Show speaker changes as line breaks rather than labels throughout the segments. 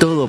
Todo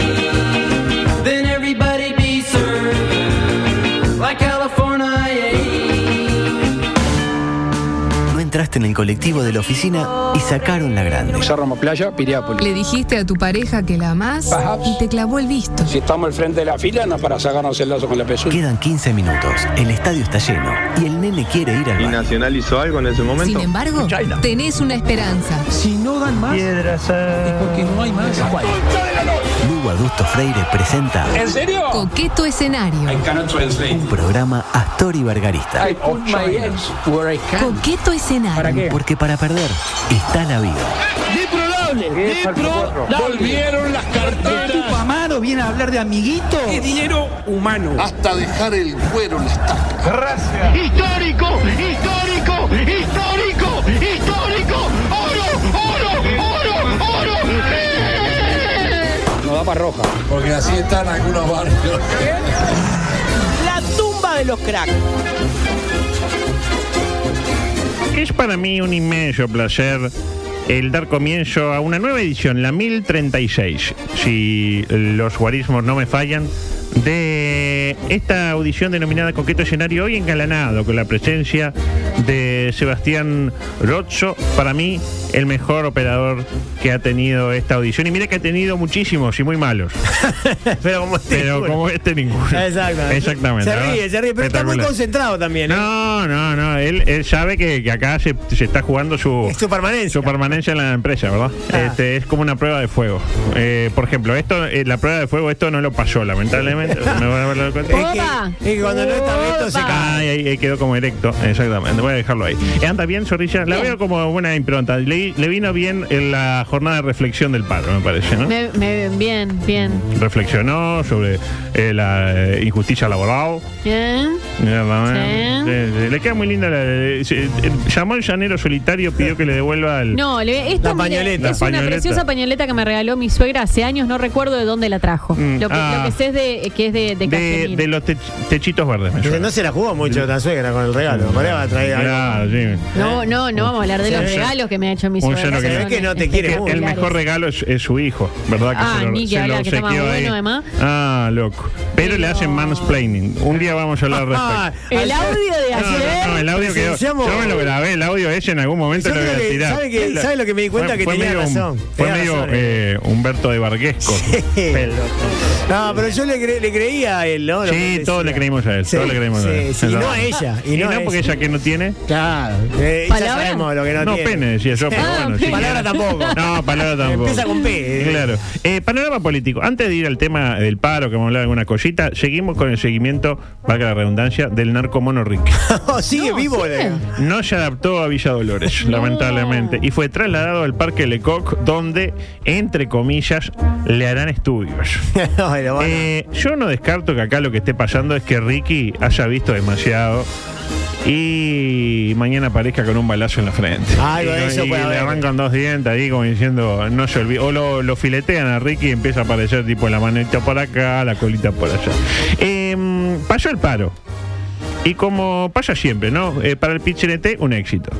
Then everybody be served like California.
No entraste en el colectivo de la oficina y sacaron la grande.
Cerro Playa, Piriápolis.
Le dijiste a tu pareja que la amás
Perhaps.
y te clavó el visto.
Si estamos al frente de la fila, no es para sacarnos el lazo con la pezuña.
Quedan 15 minutos, el estadio está lleno y el nene quiere ir al
¿Y
baño.
Nacional hizo algo en ese momento?
Sin embargo, tenés una esperanza.
Lugo Augusto Freire presenta
¿En serio?
Coqueto escenario.
cannot translate.
un programa Astor y Bargarista.
put my eggs where I can.
Coqueto escenario.
Porque para perder está la vida.
Volvieron las carteras.
hasta dejar el cuero en la estaca.
histórico, histórico, histórico, histórico, oro, oro, oro, oro. ¡Eh!
Nos da para roja.
Porque así están algunos barrios.
La tumba de los cracks.
Es para mí un inmenso placer el dar comienzo a una nueva edición, la 1036, si los guarismos no me fallan, de esta audición denominada Coqueto Escenario, hoy engalanado con la presencia de Sebastián Rozzo, para mí el mejor operador que ha tenido esta audición. Y mira que ha tenido muchísimos y muy malos,
pero como este.
pero
ninguno.
como este ninguno.
Exactamente.
Exactamente.
Se ríe, se ríe, pero está muy
Espectacular.
concentrado también. ¿eh?
No, no, no. Él, él sabe que, que acá se, se está jugando su,
Es su permanencia.
su permanencia en la empresa, ¿verdad?
Ah.
Este, es como una prueba de fuego. Eh, por ejemplo, esto, eh, la prueba de fuego, esto no lo pasó, lamentablemente. Me voy a dar cuenta.
Es, que, es que cuando no está esto se cae.
Ay, ahí, ahí quedó como erecto, exactamente. Voy a dejarlo ahí. Eh, ¿Anda bien, Zorrilla? La veo como una impronta. Le, le vino bien en la jornada de reflexión del paro, me parece, ¿no?
Me- me- bien, bien.
Reflexionó sobre eh, la eh, injusticia laboral.
Bien.
Mira, mamá. Sí, sí. Le queda muy linda la. eh, se- eh, Llamó al llanero solitario, pidió que le devuelva el.
No, le- esta
La
mire,
pañoleta.
es
La
una
pañoleta.
preciosa pañoleta que me regaló mi suegra hace años, no recuerdo de dónde la trajo.
Mm,
lo, que,
ah.
lo que sé es de, que es de, de
de,
Cachemir.
de los te- techitos verdes, me
Dice,
suena.
No
Mm.
se la jugó mucho la suegra con el regalo. Por ahí va a traer algo.
Claro, sí.
No, no, no vamos a hablar de
Sí,
los
sí.
regalos que me ha hecho mi
Un
suegra.
lleno que-
son
Se
ve que
Este
no te quiere
Que
mucho.
el
espectaculares.
mejor regalo es, es su hijo, ¿verdad? Que
Ah, ni que hablar, que está más
obsequió
bueno, además.
Ah, loco. Pero le
Pero-
hacen mansplaining. Un día vamos a hablar al
Ah,
respecto.
El audio de
No,
ayer.
no, no, el audio quedó.
presenciamos-
Yo me lo grabé, el audio ese en algún momento
Yo
lo voy
creo
a
que-
tirar.
¿sabe que- sabe lo que me di cuenta? Que tenía
medio,
razón.
Fue
Tenía
medio
razón,
eh, Humberto de Varguesco.
No, pero yo le, cre- le creía a él, ¿no? Lo que
Sí,
decía.
todos le creímos a él.
Sí,
todos le creímos a
sí,
él.
sí, y no a ella. Y no, a
porque ella que no tiene.
Claro. eh, ya
¿Palabra?
sabemos lo que no,
No,
tiene.
pene, decía yo, pero
Ah,
bueno.
pene.
Palabra tampoco.
No, palabra tampoco.
Empieza con P. eh.
Claro. Eh, panorama político. Antes de ir al tema del paro, que vamos a hablar de alguna cosita, seguimos con el seguimiento, valga la redundancia, del narco Monorrique.
Sigue vivo. eh.
No se adaptó a Villa Dolores, lamentablemente, y fue trasladado al Parque Lecoq, donde, entre comillas, le harán estudios.
Bueno, bueno.
Eh, yo no descarto que acá lo que esté pasando es que Ricky haya visto demasiado y mañana aparezca con un balazo en la frente.
Algo
y,
de eso
y
puede
le
haber.
arrancan dos dientes ahí como diciendo, no se olvide. O lo, lo filetean a Ricky y empieza a aparecer tipo la manita por acá, la colita por allá. Eh, pasó el paro. Y como pasa siempre, ¿no? Eh, para el PCNT, un éxito.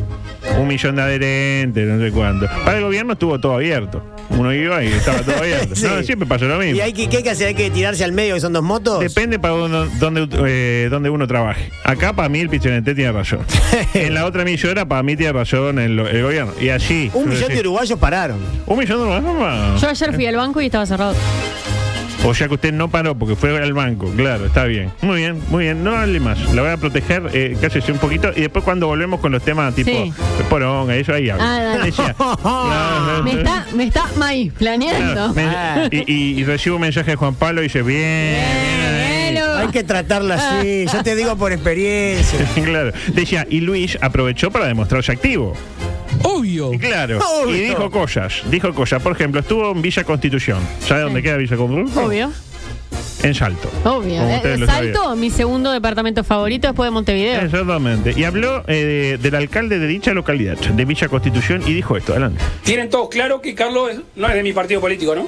Un millón de adherentes, no sé cuánto. Para el gobierno estuvo todo abierto. Uno iba y estaba todo abierto.
Sí.
No, siempre pasa lo mismo.
¿Y hay que, qué hay que hacer? ¿Hay que tirarse al medio que son dos motos?
Depende para donde, donde, eh, donde uno trabaje. Acá para mí el Pichonete tiene razón. en la otra emisora para mí tiene razón el, el gobierno. Y así.
Un millón de uruguayos pararon.
Un millón de uruguayos.
Yo ayer fui al banco y estaba cerrado.
O sea que usted no paró porque fue al banco. Claro, está bien. Muy bien, muy bien. No hable más. La voy a proteger, eh, cállese un poquito. Y después cuando volvemos con los temas tipo
Sí.
poronga, eso ahí habla.
Ah, dale.
Decía, no, no,
Me
no.
está, me está maíz planeando.
Claro, me-
Ah.
y, y- y recibo un mensaje de Juan Pablo y dice, bien, bien, ahí.
Bueno.
Hay que tratarla así. Yo te digo por experiencia.
claro. Decía, y Luis aprovechó para demostrarse activo. Obvio. Claro.
Obvio.
Y dijo cosas. Dijo cosas. Por ejemplo, estuvo en Villa Constitución. ¿Sabe dónde queda Villa Constitución?
Obvio,
En Salto.
obvio.
Como ustedes
Eh,
lo
Salto, mi segundo departamento favorito después de Montevideo.
Exactamente. Y habló eh, de- del alcalde de dicha localidad, de Villa Constitución, y dijo esto. Adelante.
Tienen todos claro que Carlos es- no es de mi partido político, ¿no?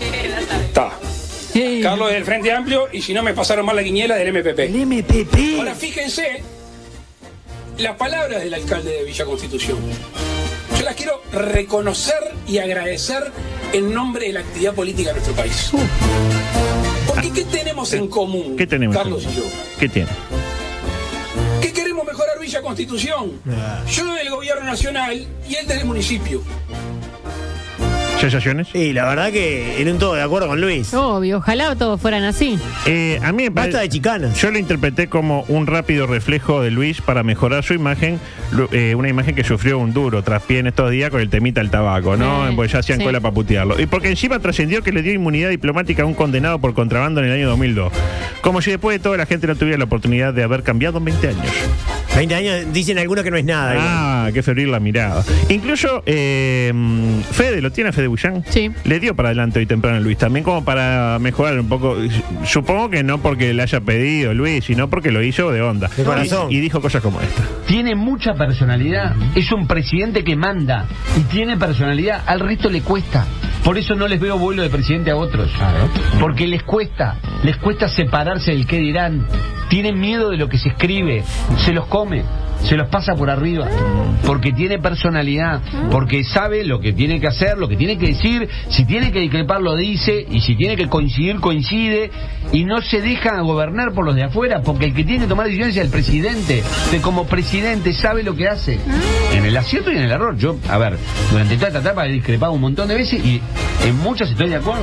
Está.
Sí.
Carlos es del Frente Amplio y si no me pasaron mal la guiñela del MPP.
El MPP.
Ahora fíjense las palabras del alcalde de Villa Constitución. Yo las quiero reconocer y agradecer en nombre de la actividad política de nuestro país. Porque ¿qué tenemos en común,
¿Qué tenemos?
Carlos y yo?
¿Qué tiene?
¿Qué queremos mejorar Villa Constitución? Yo del gobierno nacional y él del municipio.
¿Sensaciones?
Y la verdad que en un todo de acuerdo con Luis.
Obvio, ojalá todos fueran así.
Eh, a mí me
Basta de chicanas.
Yo lo interpreté como un rápido reflejo de Luis para mejorar su imagen, lu- eh, una imagen que sufrió un duro traspié en estos días con el temita del tabaco, ¿no?
Eh,
Pues ya hacían
sí.
cola para putearlo. Y porque encima trascendió que le dio inmunidad diplomática a un condenado por contrabando en el año 2002. Como si después de todo la gente no tuviera la oportunidad de haber cambiado en 20 años.
20 años dicen algunos que no es nada. igual.
Ah, qué febril la mirada. Incluso eh, mm, Fede, ¿lo tiene Fede Bullán?
Sí.
Le dio para adelante hoy temprano a Luis, también como para mejorar un poco. Supongo que no porque le haya pedido Luis, sino porque lo hizo de onda.
De corazón.
Y, y dijo cosas como esta.
Tiene mucha personalidad, es un presidente que manda y tiene personalidad, al resto le cuesta. Por eso no les veo vuelo de presidente a otros. Porque les cuesta, les cuesta separarse del qué dirán. Tienen miedo de lo que se escribe, se los come, se los pasa por arriba. Porque tiene personalidad, porque sabe lo que tiene que hacer, lo que tiene que decir, si tiene que discrepar lo dice y si tiene que coincidir coincide y no se deja gobernar por los de afuera porque el que tiene que tomar decisiones es el presidente, que como presidente sabe lo que hace. En el acierto y en el error. Yo, a ver, durante toda esta etapa he discrepado un montón de veces y en muchas estoy de acuerdo.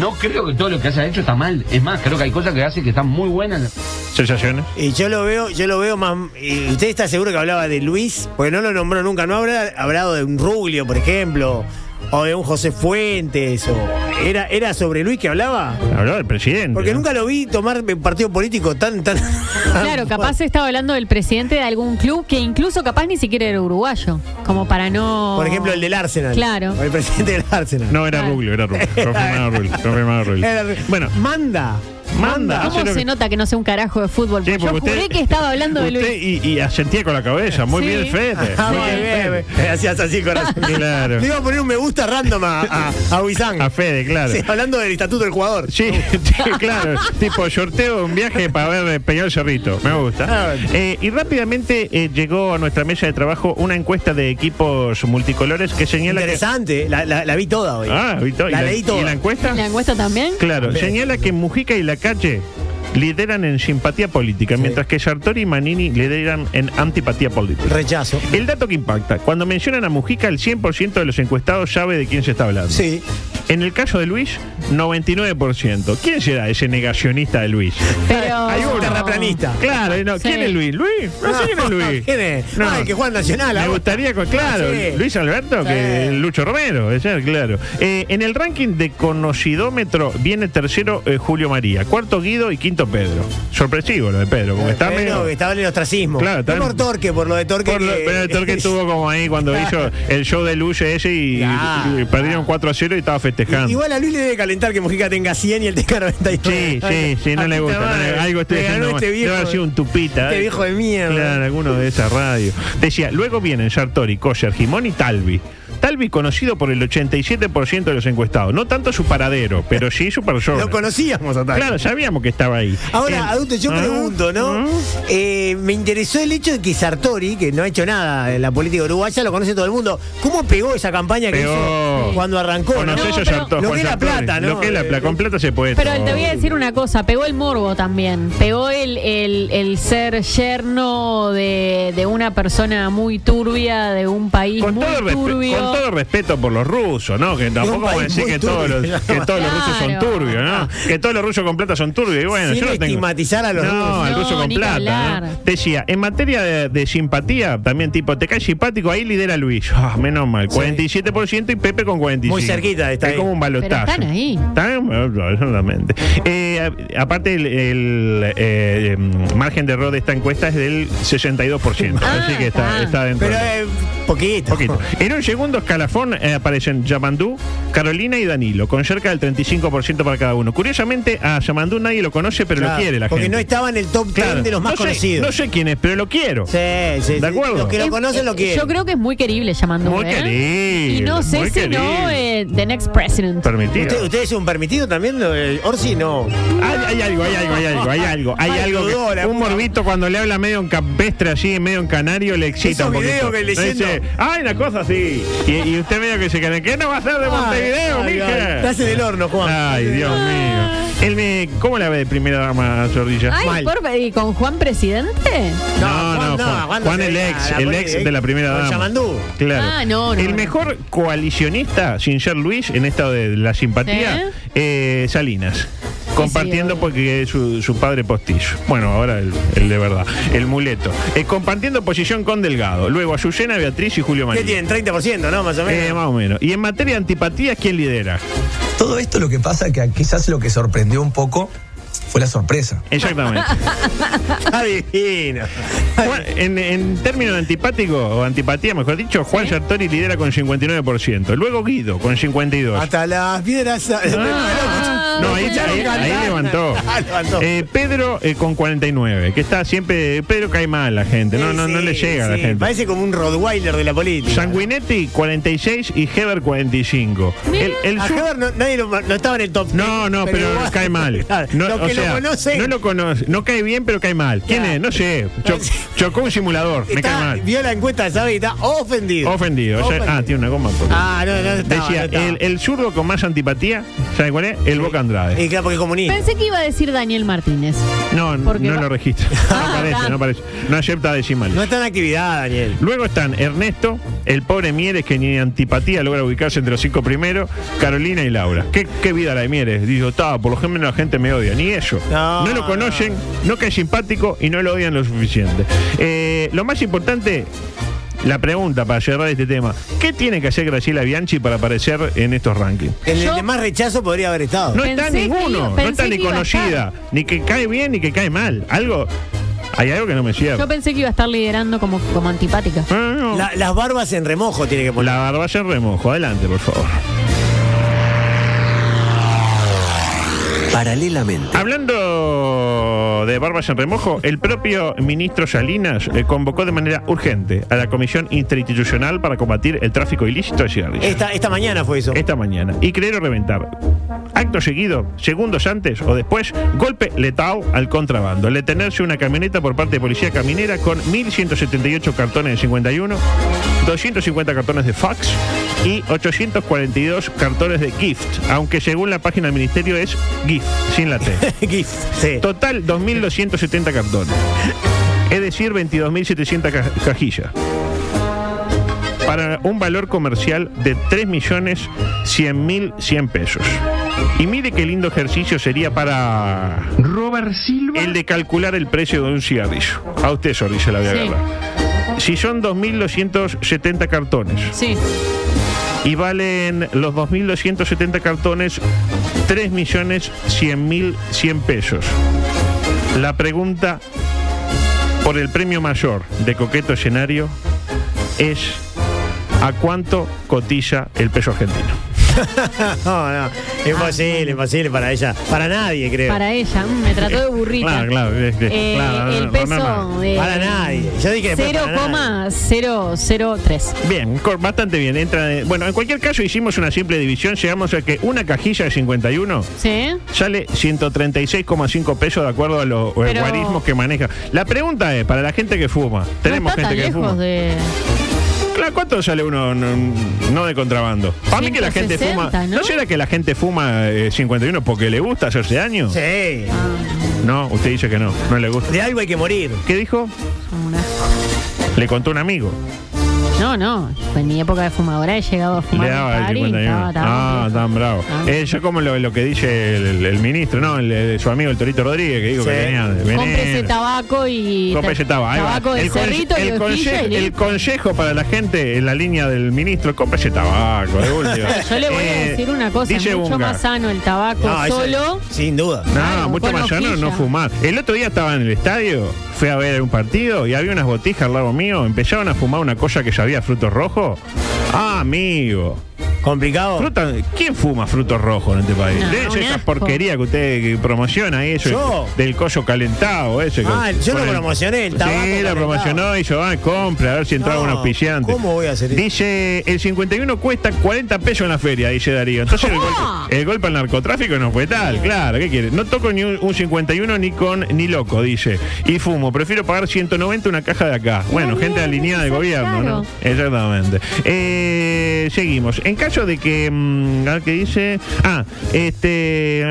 No creo que todo lo que has hecho está mal. Es más, creo que hay cosas que hace que están muy buenas.
Sensaciones.
Y yo lo veo, yo lo veo más. y usted está seguro que hablaba de Luis, porque no lo nombró nunca. No habrá hablado de un Rubio, por ejemplo, o de un José Fuentes. O, era, ¿Era sobre Luis que hablaba?
Habló del presidente.
Porque
¿no?
nunca lo vi tomar partido político tan, tan. Ah,
Claro, capaz estaba hablando del presidente de algún club que incluso capaz ni siquiera era uruguayo, como para no...
Por ejemplo, el del Arsenal.
Claro.
O el presidente del Arsenal.
No, era Rubio, era Rubio. Confirmado Rubio. Confirmado Rubio.
Era-
Bueno,
manda.
Manda.
¿Cómo
hace lo
se
que-
nota que no sé un carajo de fútbol?
Sí,
Porque yo
porque
juré que estaba hablando de
usted
Luis.
Y, y asentía con la cabeza. Muy
Sí.
bien, Fede.
Ah,
Muy
muy bien,
Fede.
bien. Hacías así, corazón.
Claro.
Le iba a poner un me gusta random a, a, a Huizán.
A Fede, claro.
Sí, hablando del estatuto del jugador.
Sí, sí, claro. tipo, sorteo de un viaje para ver eh, Peñarol Cerrito. Me gusta. Eh, y rápidamente eh, llegó a nuestra mesa de trabajo una encuesta de equipos multicolores que señala que.
Interesante. La, la- la vi toda hoy.
Ah, Vito, ¿y
La leí toda.
¿Y la encuesta?
¿La encuesta también?
Claro, señala que Mujica y la calle lideran en simpatía política, mientras que Sartori y Manini lideran en antipatía política.
Rechazo.
el dato que impacta, cuando mencionan a Mujica, el 100% de los encuestados sabe de quién se está hablando.
Sí.
En el caso de Luis, 99%. ¿Quién será ese negacionista de Luis?
Pero...
Hay un terraplanista.
Claro, no,
Sí.
¿quién es Luis? ¿Luis? No, sé quién es Luis.
¿Quién es?
No.
Ah, el que juega en Nacional.
Me
ahora.
gustaría, con- claro,
Ah, sí.
Luis Alberto, que
Sí.
Lucho Romero, es él, claro. Eh, en el ranking de conocidómetro viene tercero eh, Julio María, cuarto Guido y quinto Pedro. Sorpresivo lo de Pedro, porque está
Pero
medio...
que estaba en Eh, el ostracismo.
Claro, está
No
en-
por Torque, por lo de Torque.
Por lo-
que-
pero el Torque estuvo como ahí cuando hizo el show de Luis ese y,
Claro.
y perdieron 4 a 0 y estaba festejando.
Igual a Luis le debe calentar que Mujica tenga 100 y él tenga 99.
Sí, sí, sí, no
Ay,
le
puta
gusta. no
madre.
le- algo estoy
Me ganó
haciendo mal.
este viejo.
Debe haber sido un tupita.
Este
eh.
viejo de mierda.
Claro, alguno de esa radio. Decía, luego vienen Sartori, Kosher, Jimón y Talvi. Talvi conocido por el 87% de los encuestados. No tanto su paradero, pero sí su persona.
Lo conocíamos a Torque.
Claro, sabíamos que estaba ahí.
Ahora,
Eh,
adulto, yo
ah,
pregunto, ¿no?
ah.
Eh, me interesó el hecho de que Sartori, que no ha hecho nada en la política uruguaya, lo conoce todo el mundo. ¿Cómo pegó esa campaña que
Pegó.
hizo cuando arrancó? ¿no?
Conocés a
No, pero-
Sartori,
Lo
Juan
que es la
Sartori.
plata, ¿no? Eh,
Lo que es la plata. Con plata se puede.
Pero
todo.
te voy a decir una cosa, pegó el morbo también, pegó el, el, el ser yerno de, de una persona muy turbia, de un país
Con
muy
todo, respe-
turbio.
con todo respeto por los rusos, ¿no? Que tampoco vamos a
país
decir
muy
que todos,
turbio,
los,
¿no?
que todos los rusos son
Claro.
turbios, ¿no? Que todos los rusos con plata son turbios. Y bueno,
Sin
yo no tengo-
estigmatizar a los
no,
rusos.
el
No,
ruso con
ni que
plata.
hablar.
¿no? Decía, en materia de, de simpatía, también tipo, te cae simpático, ahí lidera Luis. Ah, menos mal, 47% y Pepe con 45%.
Muy cerquita, está
Es
ahí.
como un balotazo.
Pero están ahí.
Están, eh, solamente. Eh, a- aparte, el, el, eh, eh, margen de error de esta encuesta es del 62%.
Ah,
así que está,
está.
está dentro.
Pero
de-
eh, poquito.
Poquito. En un segundo segundo escalafón eh, aparecen Yamandú, Carolina y Danilo, con cerca del 35% para cada uno. Curiosamente, a Yamandú nadie lo conoce, pero
Claro,
lo quiere la
porque
gente.
no estaba en el top 10
Claro.
de los más
No sé-
conocidos.
No sé quién es, pero lo quiero.
Sí, sí, sí.
¿De acuerdo?
Los que lo
Es-
conocen lo
eh,
quieren.
Yo creo que es muy querible llamando.
Muy
¿eh?
querible,
Y no sé
muy
si no,
querible.
eh, The Next President.
Permitido.
¿Usted, ¿Usted es un permitido también? lo de Orsi no.
Hay, hay algo, hay algo, hay algo, hay algo, hay
Ay,
algo. que-
dudó, la
un
puta.
morbito cuando le habla medio en campestre allí, medio en canario, le excita
Esos
un poquito.
videos que le
Le
siento.
dice, ay, una cosa así. Y, y usted medio que se queda, ¿qué no va a ser de
Ay,
Montevideo,
ay,
mija?
ay. Te hace del horno, Juan.
Ay, Dios mío. Él me, ¿Cómo la ve de primera dama, Jordilla?
Ay, por, ¿y con Juan Presidente?
No, no, Juan,
Juan no
Juan
se
el
diga,
ex,
la
el
pone-
ex de la primera
con
dama.
Yamandú.
Claro.
Ah, no, no,
El
no.
mejor coalicionista, sin ser Luis, en esta de la simpatía, eh, Salinas. Compartiendo
obvio.
porque es su, su padre postillo. Bueno, ahora el, el de verdad, el muleto. Eh, compartiendo posición con Delgado. Luego Azucena, Beatriz y Julio
¿Qué
María.
tienen? 30%, ¿no? Más o menos.
Eh, más o menos. Y en materia de antipatías, ¿quién lidera?
Todo esto lo que pasa que quizás lo que sorprendió un poco fue la sorpresa.
Exactamente.
Adivino.
Juan- en, en términos de antipático, o antipatía, mejor dicho, Juan Sartori lidera con 59%. Luego Guido con 52%.
Hasta las piedras.
Ah, no, ahí, ahí- ahí levantó.
Ah, levantó.
Eh, Pedro eh, con 49, que está siempre. Pedro cae mal a la gente, no, no, no le
Sí,
llega a la
sí,
gente.
Parece como un Rottweiler de la política.
Sanguinetti 46 y Heber 45. El, el
A
sur-
Heber no, nadie lo, no estaba en el top.
no, no, pero,
igual-
cae mal.
Claro,
No,
los
o
que
sea,
lo conocen.
No lo conoce. No cae bien, pero cae mal. ¿Quién
Claro.
es? No sé. Cho- chocó un simulador. me
está-
cae mal.
Vio la encuesta, ¿sabes? Y está ofendido.
Ofendido. O sea, ah, tiene una goma. porque-
Ah, no, no estaba,
Decía,
no estaba.
el, el zurdo con más antipatía, ¿sabe cuál es? El Boca Andrade.
Y claro, porque es comunista.
Pensé que iba a decir Daniel Martínez.
No,
Porque
no
va-
lo registra. No aparece, no aparece. No acepta decimales.
No está en actividad, Daniel.
Luego están Ernesto, el pobre Mieres, que ni antipatía logra ubicarse entre los cinco primeros, Carolina y Laura. ¿Qué, qué vida la de Mieres? Dijo, está, por lo general la gente me odia, ni ellos.
No.
lo conocen, no que es simpático y no lo odian lo suficiente. Eh, lo más importante, la pregunta para cerrar este tema, ¿qué tiene que hacer Graciela Bianchi para aparecer en estos rankings?
En el
Yo-
de más rechazo podría haber estado.
No está
Pensé que iba-
ninguno, no
pensé
está ni
que iba a
conocida,
estar.
ni que cae bien ni que cae mal. Algo, hay algo que no me cierra.
Yo pensé que iba a estar liderando como, como antipática.
No, no, no.
La- las barbas en remojo tiene que poner.
La barba se remojo, adelante, por favor.
Paralelamente,
Hablando de barbas en remojo, el propio ministro Salinas eh, convocó de manera urgente a la Comisión Interinstitucional para combatir el tráfico ilícito de cigarrillos.
Esta, esta mañana fue eso.
Esta mañana. Y creer o reventar. Acto seguido, segundos antes o después, golpe letal al contrabando. Al detenerse una camioneta por parte de policía caminera con 1.178 cartones de 51, 250 cartones de fax y 842 cartones de gift. Aunque según la página del ministerio es gift, sin la T.
GIF. Sí.
Total, 2.270 cartones. Es decir, 22.700 ca- cajillas. Para un valor comercial de 3.100.100 pesos. Y mire qué lindo ejercicio sería para
Robert Silva.
el de calcular el precio de un cigarrillo. A usted, Sordi, se la voy a
Sí.
agarrar. Si son 2.270 cartones
Sí.
y valen los 2.270 cartones 3.100.100 pesos. La pregunta por el premio mayor de Coqueto Escenario es ¿a cuánto cotiza el peso argentino?
No, no. Imposible, imposible para ella. Para nadie, creo. Para,
Para ella. mm, Me trató de burrita.
Eh. Claro, claro, eh, eh,
Eh,
claro,
el
no,
peso
no, no.
de
nadie. Yo dije después para nadie.
0,003.
Bien, co- bastante bien. Entra, eh, bueno, en cualquier caso hicimos una simple división, llegamos a que una cajilla de 51
¿Sí?
Sale 136,5 pesos de acuerdo a los eh,
Pero-
guarismos que maneja. La pregunta es, para la gente que fuma, tenemos
no está
gente que
tan
fuma.
lejos de.
Claro, ¿cuánto sale uno no, no de contrabando? Para mí que la gente fuma.
160,
¿no?
¿no?
será que la gente fuma eh, 51 porque le gusta hacerse daño?
Sí.
No, usted dice que no, no le gusta.
De algo hay que morir.
¿Qué dijo?
una-
Le contó un amigo.
No, no. En mi época de fumadora he llegado a fumar.
Le daba
un
el
par y
51.
estaba tan-
ah, tan bravo.
Ah.
Eh, yo como lo, lo que dice el, el- el ministro, ¿no? El- el- su amigo el Torito Rodríguez, que dijo
Sí.
que tenía veneno.
Compre ese tabaco y.
Copa ese tabaco. Ahí va.
Tabaco de
el, conse-
cerrito y
el
de hojilla
conse-
y
el
listo.
consejo para la gente en la línea del ministro, compra ese tabaco. de última.
Yo le voy a
Eh,
decir una cosa. Es
dice
mucho
Bunga.
más sano el tabaco
No, eso-
solo.
sin duda.
No,
Claro,
mucho
con
más sano
hojilla.
no fumar. El otro día estaba en el estadio, fui a ver un partido y había unas botijas al lado mío, empezaron a fumar una cosa que sabía a frutos rojos. Ah, amigo.
Complicado.
¿Quién fuma frutos rojos en este país?
Oh. No,
de hecho,
un
esa
asco.
porquería que usted que promociona eso,
Yo.
del collo calentado, ese. que-
Ah, yo
con
lo
el-
promocioné, el tabaco
Sí, lo
calentado.
promocionó y yo, ah, compra, a ver si entraba
No,
un auspiciante.
¿cómo voy a hacer eso?
Dice, el 51 cuesta 40 pesos en la feria, dice Darío. Entonces el, golpe, el golpe al narcotráfico no fue tal, claro, ¿qué quiere? No toco ni un, un 51 ni con ni loco, dice. Y fumo, prefiero pagar 190 una caja de acá. Bueno, gente alineada de gobierno, ¿no? Exactamente. Eh, seguimos. En caso de que. mm, a ver ¿Qué dice? Ah, este.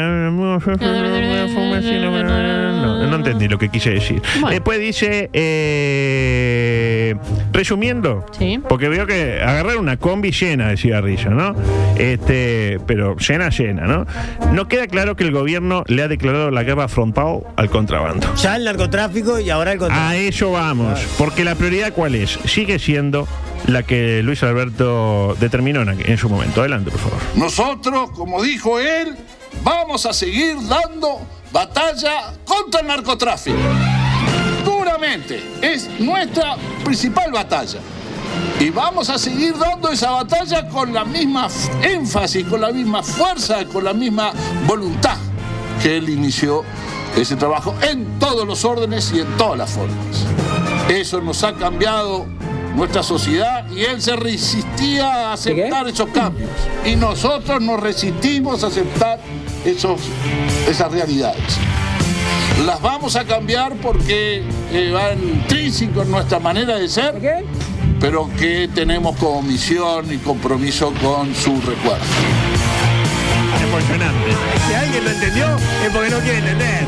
No, no entendí lo que quise decir. Después dice. eh, resumiendo. Porque veo que agarrar una combi llena de cigarrillos, ¿no? Este, pero llena, llena, ¿no? No queda claro que el gobierno le ha declarado la guerra frontal al contrabando.
Ya el narcotráfico y ahora el
A eso vamos, porque la prioridad cuál es? Sigue siendo la que Luis Alberto determinó en, aqu- en su momento. Adelante, por favor.
Nosotros, como dijo él, vamos a seguir dando batalla contra el narcotráfico. Duramente, es nuestra principal batalla. Y vamos a seguir dando esa batalla con la misma f- énfasis, con la misma fuerza, con la misma voluntad que él inició ese trabajo en todos los órdenes y en todas las formas. Eso nos ha cambiado nuestra sociedad y él se resistía a aceptar esos cambios. Y nosotros nos resistimos a aceptar esos, esas realidades. Las vamos a cambiar porque eh, va intrínseco en nuestra manera de ser, pero que tenemos como misión y compromiso con su recuerdo.
Emocionante.
Si alguien lo entendió, es porque no quiere entender.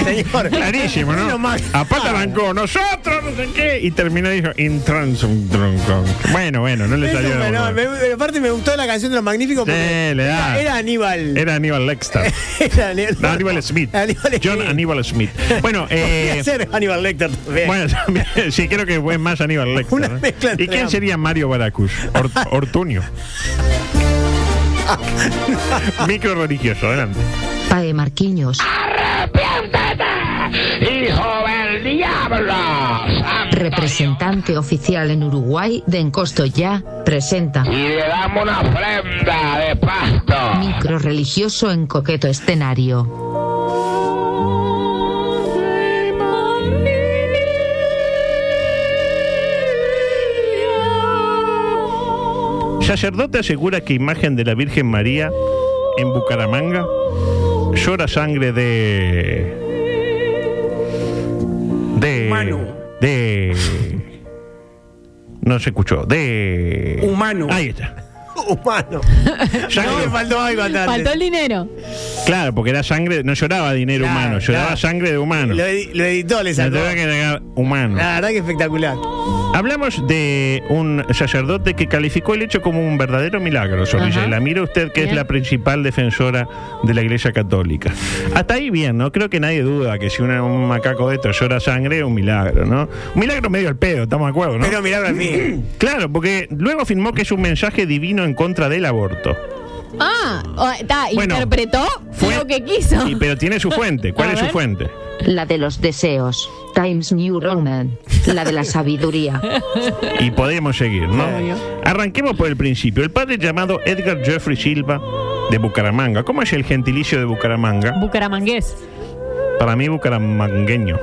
Señor.
Clarísimo,
Menos
¿no?
mal. Ah,
Aparte arrancó, nosotros, no sé qué, y terminó y dijo, intransum, truncum. Bueno, bueno, no le
Eso
salió.
me-
de
no,
motor.
me- aparte me gustó la canción de los magníficos
Sí,
porque
le da.
era, era Aníbal.
Era Aníbal Lexter.
Era Aníbal.
No, Aníbal Smith. John Aníbal Smith. Bueno, eh,
Podía ser Aníbal Lecter también.
Bueno, también, sí, creo que fue más Aníbal Lecter. ¿no?
mezcla entre
¿Y quién
ambos.
sería Mario Baracus? Or- Ortuño. Micro religioso, adelante.
Pae Marquiños.
¡Hijo del diablo!
Representante oficial en Uruguay de Encosto Ya, presenta.
Y le damos una ofrenda de pasto.
Micro religioso en coqueto escenario.
Sacerdote asegura que imagen de la Virgen María en Bucaramanga llora sangre de. de. de. No se escuchó, de.
Humano.
Ahí está.
Humano.
Ya
no,
que-
me faltó algo antes.
Faltó el dinero.
Claro, porque era sangre, no lloraba dinero
Claro,
humano, lloraba
claro.
sangre de humano.
Lo, edi- lo editó, le
Le
sacó.
tengo que agregar humano.
La verdad que espectacular.
Hablamos de un sacerdote que calificó el hecho como un verdadero milagro, Sorilla.
Ajá.
Y La mira usted que es
Bien.
la principal defensora de la Iglesia Católica. Hasta ahí bien, ¿no? Creo que nadie duda que si una- un macaco de estos llora sangre, es un milagro, ¿no? Un milagro medio al pedo, estamos de acuerdo, ¿no?
Pero milagro al fin.
Claro, porque luego afirmó que es un mensaje divino en contra del aborto.
Ah, o- está,
Bueno,
interpretó lo que quiso.
Y- pero tiene su fuente. ¿Cuál
A
es su
ver.
fuente?
La de los deseos. Times New Roman. La de la sabiduría.
y podemos seguir, ¿no? Arranquemos por el principio. El padre llamado Edgar Jeffrey Silva de Bucaramanga. ¿Cómo es el gentilicio de Bucaramanga?
Bucaramangués.
Para mí, bucaramangueño.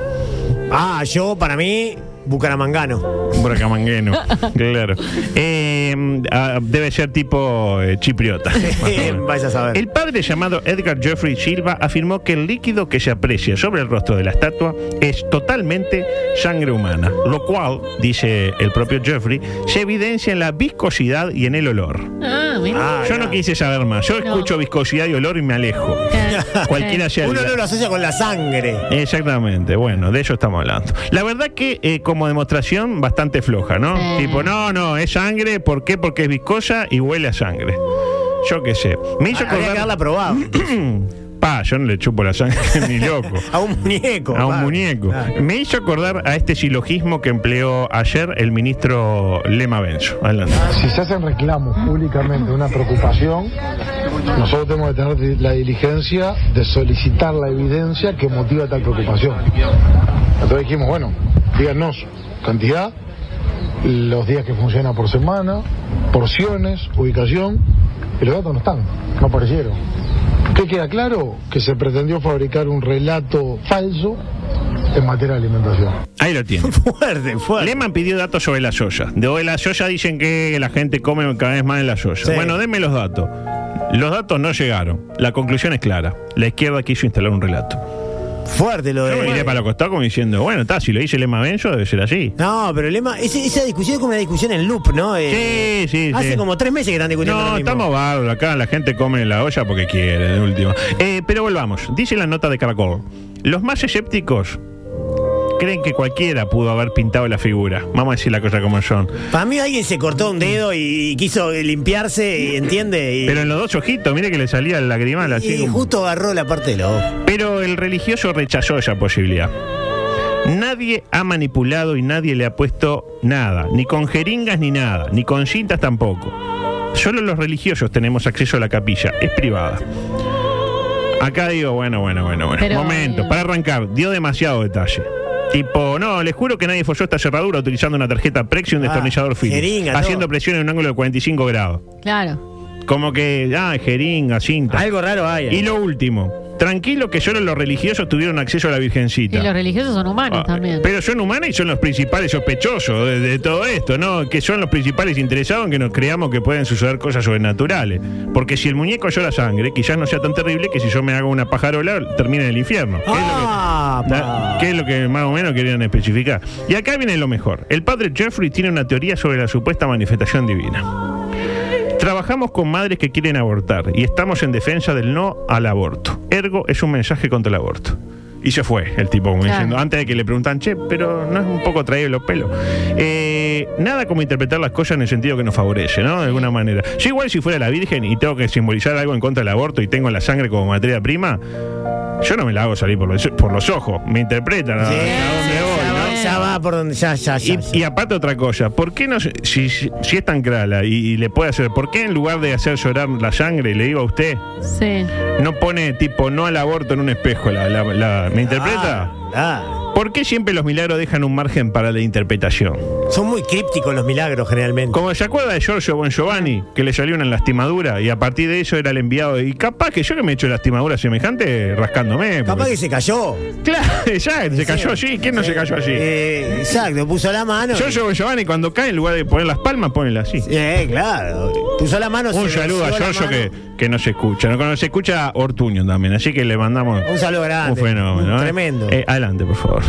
Ah, yo, para mí, Bucaramangano.
Bucaramangueno, claro. Eh, ah, debe ser tipo eh, chipriota. más o menos.
Vais a saber.
El padre llamado Edgar Jeffrey Silva afirmó que el líquido que se aprecia sobre el rostro de la estatua es totalmente sangre humana, lo cual, dice el propio Jeffrey, se evidencia en la viscosidad y en el olor.
Ah, mira.
yo no quise saber más. Yo escucho viscosidad y olor y me alejo. Cualquiera sea el
Uno no lo asocia con la sangre.
Exactamente, bueno, de eso estamos hablando. La verdad que eh, como demostración bastante floja, ¿no? Tipo, no, no, es sangre, ¿por qué? Porque es viscosa y huele a sangre. Yo qué sé. Me hizo
Habría Ah, que
acordar...
haberla probado.
Mm. Pa, yo no le chupo la sangre ni loco.
a un muñeco. Ah,
A un
pa.
muñeco. Me hizo acordar a este silogismo que empleó ayer el ministro Lema Benzo. Adelante.
Si se hacen reclamos públicamente de una preocupación, nosotros tenemos que tener la diligencia de solicitar la evidencia que motiva tal preocupación. Entonces dijimos, bueno, díganos cantidad, los días que funciona por semana, porciones, ubicación, y los datos no están, no aparecieron. ¿Qué queda claro? Que se pretendió fabricar un relato falso en materia de alimentación.
Ahí lo tiene. fuerte, fuerte. Lehman pidió datos sobre la soya. De la soya dicen que la gente come cada vez más en la soya.
Sí.
Bueno, denme los datos. Los datos no llegaron. La conclusión es clara. La izquierda quiso instalar un relato.
Fuerte lo de.
Yo me miré para los costados como diciendo, bueno, está, si lo dice Lema Benzo, debe ser así.
No, pero el lema, ese- esa discusión es como una discusión en loop, ¿no? Eh,
Sí, sí,
Hace
sí.
como tres meses que están discutiendo lo
No,
mismo.
estamos bárbaros acá, la gente come la olla porque quiere, de última. Eh, pero volvamos, dice la nota de Caracol. Los más escépticos creen que cualquiera pudo haber pintado la figura. Vamos a decir la cosa como son.
Para mí alguien se cortó un dedo y, y quiso limpiarse, y, ¿entiende? Y,
Pero en los dos ojitos, mire que le salía el lagrimal así.
y justo agarró la parte de los ojos.
Pero el religioso rechazó esa posibilidad. Nadie ha manipulado y nadie le ha puesto nada, ni con jeringas ni nada, ni con cintas tampoco. Solo los religiosos tenemos acceso a la capilla, es privada. Acá digo, bueno, bueno, bueno, bueno.
Pero-
Momento, para arrancar, dio demasiado detalle. Tipo, no, les juro que nadie folló esta cerradura utilizando una tarjeta Prex y un
Ah,
destornillador fino,
jeringa, todo.
haciendo presión en un ángulo de 45 grados.
Claro.
Como que, ah, jeringa, cinta.
Algo raro hay. ahí.
Y lo último, tranquilo que solo los religiosos tuvieron acceso a la
Y los
Virgencita.
religiosos son humanos
Ah,
también.
Pero son humanos y son los principales sospechosos de, de todo esto, ¿no? Que son los principales interesados en que nos creamos que pueden suceder cosas sobrenaturales. Porque si el muñeco llora sangre, quizás no sea tan terrible que si yo me hago una pajarola termine en el infierno. ¿Qué es lo que-
Ah,
¿Ah? ¿Qué es lo que más o menos querían especificar? Y acá viene lo mejor. El padre Jeffrey tiene una teoría sobre la supuesta manifestación divina. Trabajamos con madres que quieren abortar y estamos en defensa del no al aborto. Ergo es un mensaje contra el aborto. Y se fue el tipo, como
Claro.
diciendo, antes de que le preguntan, che, pero no es un poco traído los pelos. Eh, nada como interpretar las cosas en el sentido que nos favorece, ¿no? De alguna manera. Yo igual si fuera la Virgen y tengo que simbolizar algo en contra del aborto y tengo la sangre como materia prima, yo no me la hago salir por los, por los ojos, me interpretan. ¿no?
Sí,
¿A dónde
Ah, ya
voy,
va-
no?
ya va por donde. Ya, ya, ya.
Ah. Y, y aparte otra cosa, ¿por qué no, se- si, si si es tan clara y, y le puede hacer, ¿por qué en lugar de hacer llorar la sangre, le digo a usted,
Sí.
no pone tipo no al aborto en un espejo? La, la- la- ¿Me interpreta?
Ah,
¿Por qué siempre los milagros dejan un margen para la interpretación?
son muy crípticos los milagros generalmente.
Como se acuerda de Giorgio Bon Giovanni, que le salió una lastimadura y a partir de eso era el enviado. Y capaz que yo que me he hecho lastimadura semejante rascándome.
Capaz
porque-
que se cayó.
Claro, exacto, se cayó allí. ¿Quién no se cayó allí?
Eh, exacto, puso la mano.
Giorgio Bon Giovanni, cuando cae, en lugar de poner las palmas, ponela así.
Eh, claro. Puso la mano. se
Un
venció
saludo a
la
Giorgio
mano.
que, que no se escucha. No, se escucha Ortuño también, así que le mandamos
Un saludo grande.
un fenómeno.
Un
¿eh?
tremendo.
Eh, adelante, por favor.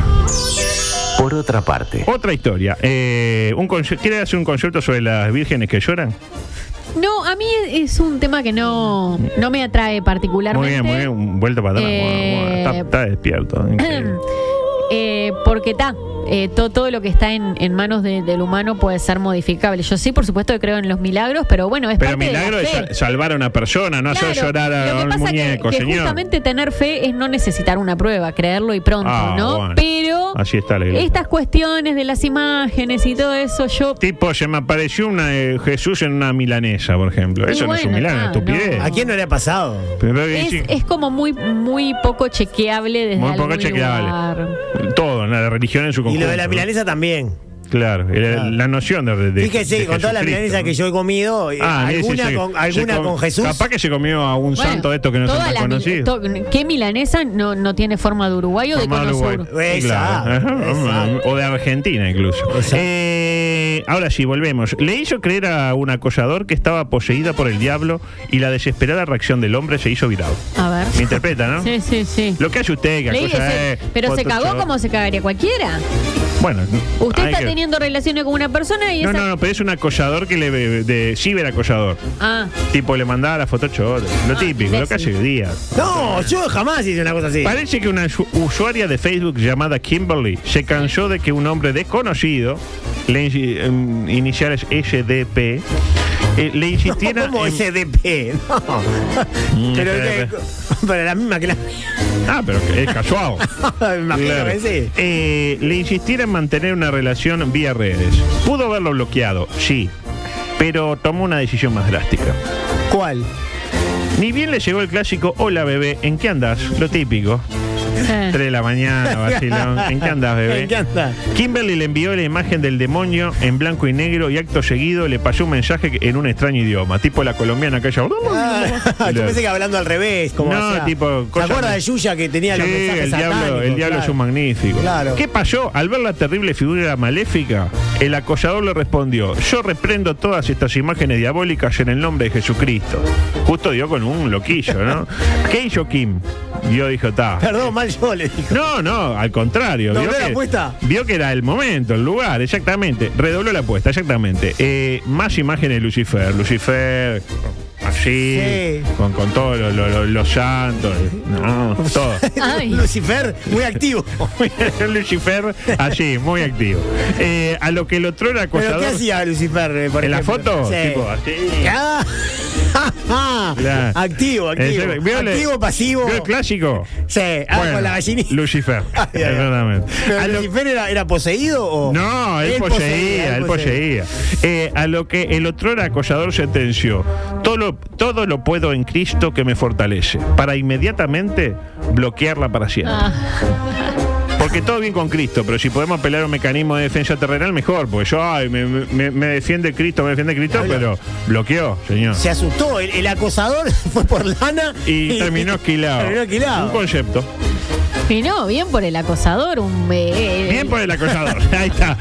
Por otra parte,
Otra historia. Eh, un conce- ¿Quiere hacer un concierto sobre las vírgenes que lloran?
No, a mí es es un tema que no, no me atrae particularmente.
Muy bien, muy bien. un Vuelta para atrás.
Eh,
Bueno, bueno, está, está despierto. increíble.
Eh, porque está. todo, lo que está en, en manos de- del humano puede ser modificable. Yo sí, por supuesto, que creo en los milagros, pero bueno, es
Pero
parte
milagro
de
es
la fe.
sal- salvar a una persona, no hacer
Claro,
llorar a
lo que
un
pasa que-
muñeco,
que,
señor.
justamente tener fe es no necesitar una prueba, creerlo y pronto,
Ah,
¿no?
bueno.
Pero
Así está la iglesia.
estas cuestiones de las imágenes y todo eso, yo
Tipo, se me apareció una, eh, Jesús en una milanesa, por ejemplo.
Y
Eso no es un
bueno,
milagro,
está,
estupidez.
no.
¿A quién no le ha pasado?
Pero, eh,
es,
sí,
es como muy muy poco chequeable desde
Muy poco
algún
chequeable.
lugar.
Todo, la, la religión en su
Y
conjunto.
lo de la
¿no?
milanesa también.
Claro, el-
Claro.
la noción de. de-
Fíjese
de
que con todas las
Jesucristo,
milanesas
¿no?
que yo he comido, eh,
Ah, mire,
alguna,
se- se-
con,
se
alguna
com-
con Jesús.
Capaz que se comió a un
Bueno,
santo de estos que no son
todas
tan
las mil-
conocidos.
to- ¿Qué milanesa no, no tiene forma de uruguayo o de
Formado
cono
en Uruguay.
sur?
Exacto,
Claro, ajá,
exacto.
O de Argentina incluso.
Exacto.
Eh, ahora sí, volvemos. Le hizo creer a un acosador que estaba poseída por el diablo y la desesperada reacción del hombre se hizo viral.
A ver.
Me interpreta, ¿no?
Sí, sí, sí.
Lo que hace usted, que
Leí
acosa,
ese-
eh,
pero se cagó
Photoshop.
como se cagaría cualquiera.
Bueno,
Usted
hay
está
que-
teniendo relaciones con una persona y
No,
esa...
no, no, pero es un acosador que le. de ciberacosador.
Ah,
Tipo, le mandaba la foto chota. Lo típico, lo que hace hoy día.
No, yo jamás hice una cosa así.
Parece que una usu- usuaria de Facebook llamada Kimberly se cansó de que un hombre desconocido, le insi- em, iniciales SDP, eh, le insistiera.
¿Cómo
en-
SDP? No.
Mm,
Pero, eh,
SDP.
pero la misma que la
Ah, pero que es casual.
Me imagino
Claro.
que sí.
Eh, le insistiera en mantener una relación vía redes. Pudo haberlo bloqueado, sí, pero tomó una decisión más drástica.
¿Cuál?
Ni bien le llegó el clásico Hola bebé, ¿en qué andas? Lo típico. 3 de la mañana, vacilón. ¿En qué andas, bebé?
¿En qué andas?
Kimberly le envió la imagen del demonio en blanco y negro y acto seguido le pasó un mensaje que- en un extraño idioma, tipo la colombiana aquella.
Ah, yo pensé que hablando al revés, como
No,
hacía-
tipo,
¿Te
cosa-
acuerdas de Yuya que tenía los
Sí,
mensajes
el diablo,
satánicos?
el diablo
Claro.
es un magnífico.
Claro.
¿Qué pasó? Al ver la terrible figura maléfica, el acosador le respondió: Yo reprendo todas estas imágenes diabólicas en el nombre de Jesucristo. Justo dio con un loquillo, ¿no? ¿Qué hizo Kim? Dios dijo, ta.
Perdón, mal yo le dije.
No, no, al contrario.
¿Dobló la apuesta?
vio que era el momento, el lugar, exactamente. Redobló la apuesta, exactamente. Eh, más imágenes de Lucifer. Lucifer, así,
Sí.
con, con todos los- los- los- los santos. No, todo.
Ay.
Lucifer, muy activo.
Lucifer, así, muy activo. Eh, a lo que el otro era
¿Pero
acosador.
qué hacía Lucifer? eh, Por
¿En la
ejemplo?
foto?
Sí.
Tipo, así.
Ah, ah, ah.
La-
Activo, activo.
Eh, ¿vio el-
activo, pasivo.
¿Vio el clásico?
Sí, ah,
Bueno,
con la gallinita.
Lucifer,
ay, ay.
exactamente.
¿Pero Lucifer era, era poseído o.?
No, Oh. él, poseía, él poseía. Eh, a lo que el otro acosador sentenció, todo lo, todo lo puedo en Cristo que me fortalece, para inmediatamente bloquearla para siempre. Porque todo bien con Cristo, pero si podemos apelar a un mecanismo de defensa terrenal, mejor. Porque yo, ay, me, me- me defiende Cristo, me defiende Cristo, pero bloqueó, señor.
Se asustó. El, el acosador fue por lana
Y terminó esquilado.
Terminó
Un
esquilado.
concepto.
Y no, bien por el acosador, un eh, eh,
Bien por el acosador. Ahí está.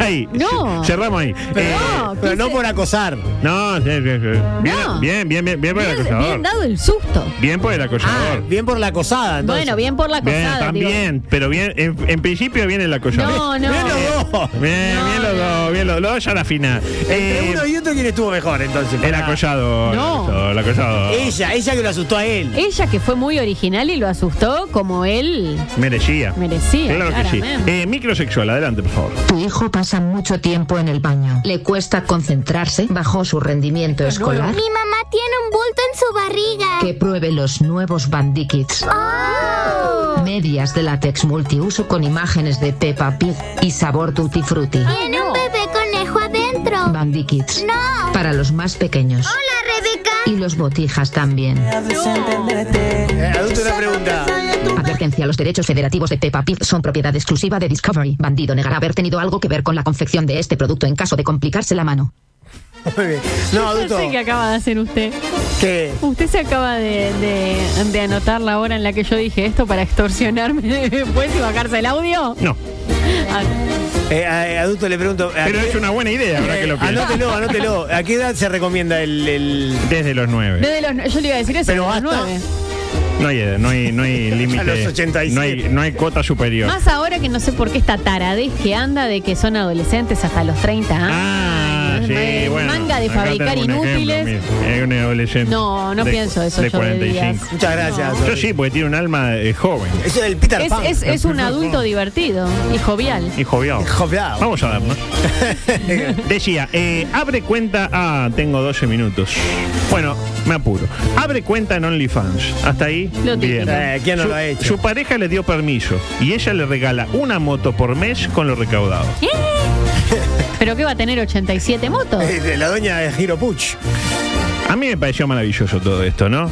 Ahí.
No.
Cerramos ahí.
Pero,
Eh,
no, Ah.
pero
quise-
no por acosar.
No, sí, sí, sí. bien,
No.
bien, bien, bien, bien por el
bien,
acosador.
bien dado el susto.
Bien por el acosador.
Bien por la acosada, entonces.
Bueno, bien por la
bien,
acosada. digo.
también, pero bien, en, en principio bien el acosador.
No, Eh. no.
Bien los dos.
Bien, bien los dos, bien los, los dos ya la final.
Entre
Eh,
uno y otro, ¿quién estuvo mejor entonces?
el
Pará.
acosador.
No.
El acosador.
Ella, ella que lo asustó a él.
Ella que fue muy original y lo asustó como él.
Merecía.
Merecía,
Claro que sí.
claramente.
Eh, microsexual, adelante, por favor.
Tu hijo pasa mucho tiempo en el baño. Le cuesta concentrarse. Bajo su rendimiento escolar.
Mi mamá tiene un bulto en su barriga.
Que pruebe los nuevos Bandikits.
Oh.
Medias de látex multiuso con imágenes de Peppa Pig y sabor Tutti Frutti.
Tiene un bebé conejo adentro.
Bandikits.
No.
Para los más pequeños.
Hola, Rebeca.
Y los botijas también.
Eh, adulto, una pregunta.
Advertencia, los derechos federativos de Peppa Pig son propiedad exclusiva de Discovery. Bandido negará haber tenido algo que ver con la confección de este producto en caso de complicarse la mano.
Muy bien. No,
Yo
adulto.
sé que acaba de hacer usted.
¿Qué?
Usted se acaba de, de- de anotar la hora en la que yo dije esto para extorsionarme después y bajarse el audio.
No.
Ah,
Eh, a- adulto le pregunto. ¿a
Pero
qué-
es una buena idea, ahora que lo
eh,
pienso.
Anótelo, anótelo. ¿A qué edad se recomienda el. el-
Desde los nueve.
desde los- yo le iba a decir eso.
Pero
desde los
hasta-
nueve.
No hay, edad, no hay, no hay límite.
A los 87.
No hay, no hay cuota superior.
Más ahora que no sé por qué esta taradez que anda de que son adolescentes hasta los 30 años.
Ah, sí,
Eh,
bueno.
Manga de
acá
fabricar
tengo un ejemplo,
inútiles.
mira, hay un adolescente
No, no
de-
pienso eso,
De
yo de días.
45.
Muchas gracias.
Yo sí, porque tiene un alma eh, joven
Eso es el
Ah,
Peter
Es,
Pan.
es- es un adulto divertido y jovial.
y joviado.
Jopeado.
Vamos a darnos. Decía, eh, abre cuenta. Ah, tengo 12 minutos. Bueno, me apuro. Abre cuenta en OnlyFans. Hasta ahí.
Lo
bien.
típico.
Eh, ¿Quién no
su,
lo ha hecho?
su pareja le dio permiso y ella le regala una moto por mes con lo recaudado.
¿Eh? ¿Pero qué va a tener 87 motos?
Eh, La doña de Giro Puch.
A mí me pareció maravilloso todo esto, ¿no?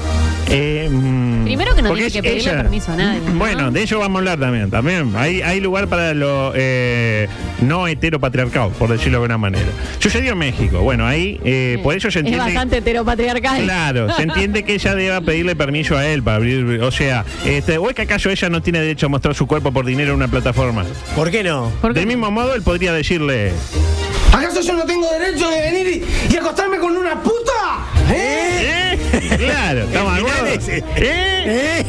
Eh, mm,
Primero que no
porque
tiene que
es
pedirle
ella.
permiso a nadie, ¿no?
Bueno, de ello vamos a hablar también. también. Hay, hay lugar para lo eh, no heteropatriarcado, por decirlo de alguna manera. Sucedió en México. Bueno, ahí eh, por eso se
es
entiende.
bastante heteropatriarcal.
Claro, se entiende que ella deba pedirle permiso a él para abrir. O sea, este, ¿o es que acaso ella no tiene derecho a mostrar su cuerpo por dinero en una plataforma?
¿Por qué no?
¿Por qué?
Del mismo modo, él podría decirle.
¿Acaso yo no tengo derecho de venir y, y acostarme con una puta? ¿Eh?
¿Eh? Claro, estamos de acuerdo. ¿Eh?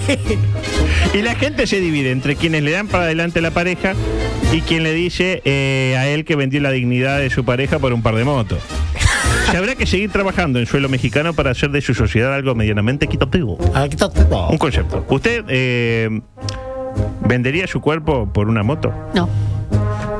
Y la gente se divide entre quienes le dan para adelante a la pareja y quien le dice eh, a él que vendió la dignidad de su pareja por un par de motos. Se habrá que seguir trabajando en suelo mexicano para hacer de su sociedad algo medianamente equitativo.
Aquí está.
Un concepto. ¿Usted eh, vendería su cuerpo por una moto?
No,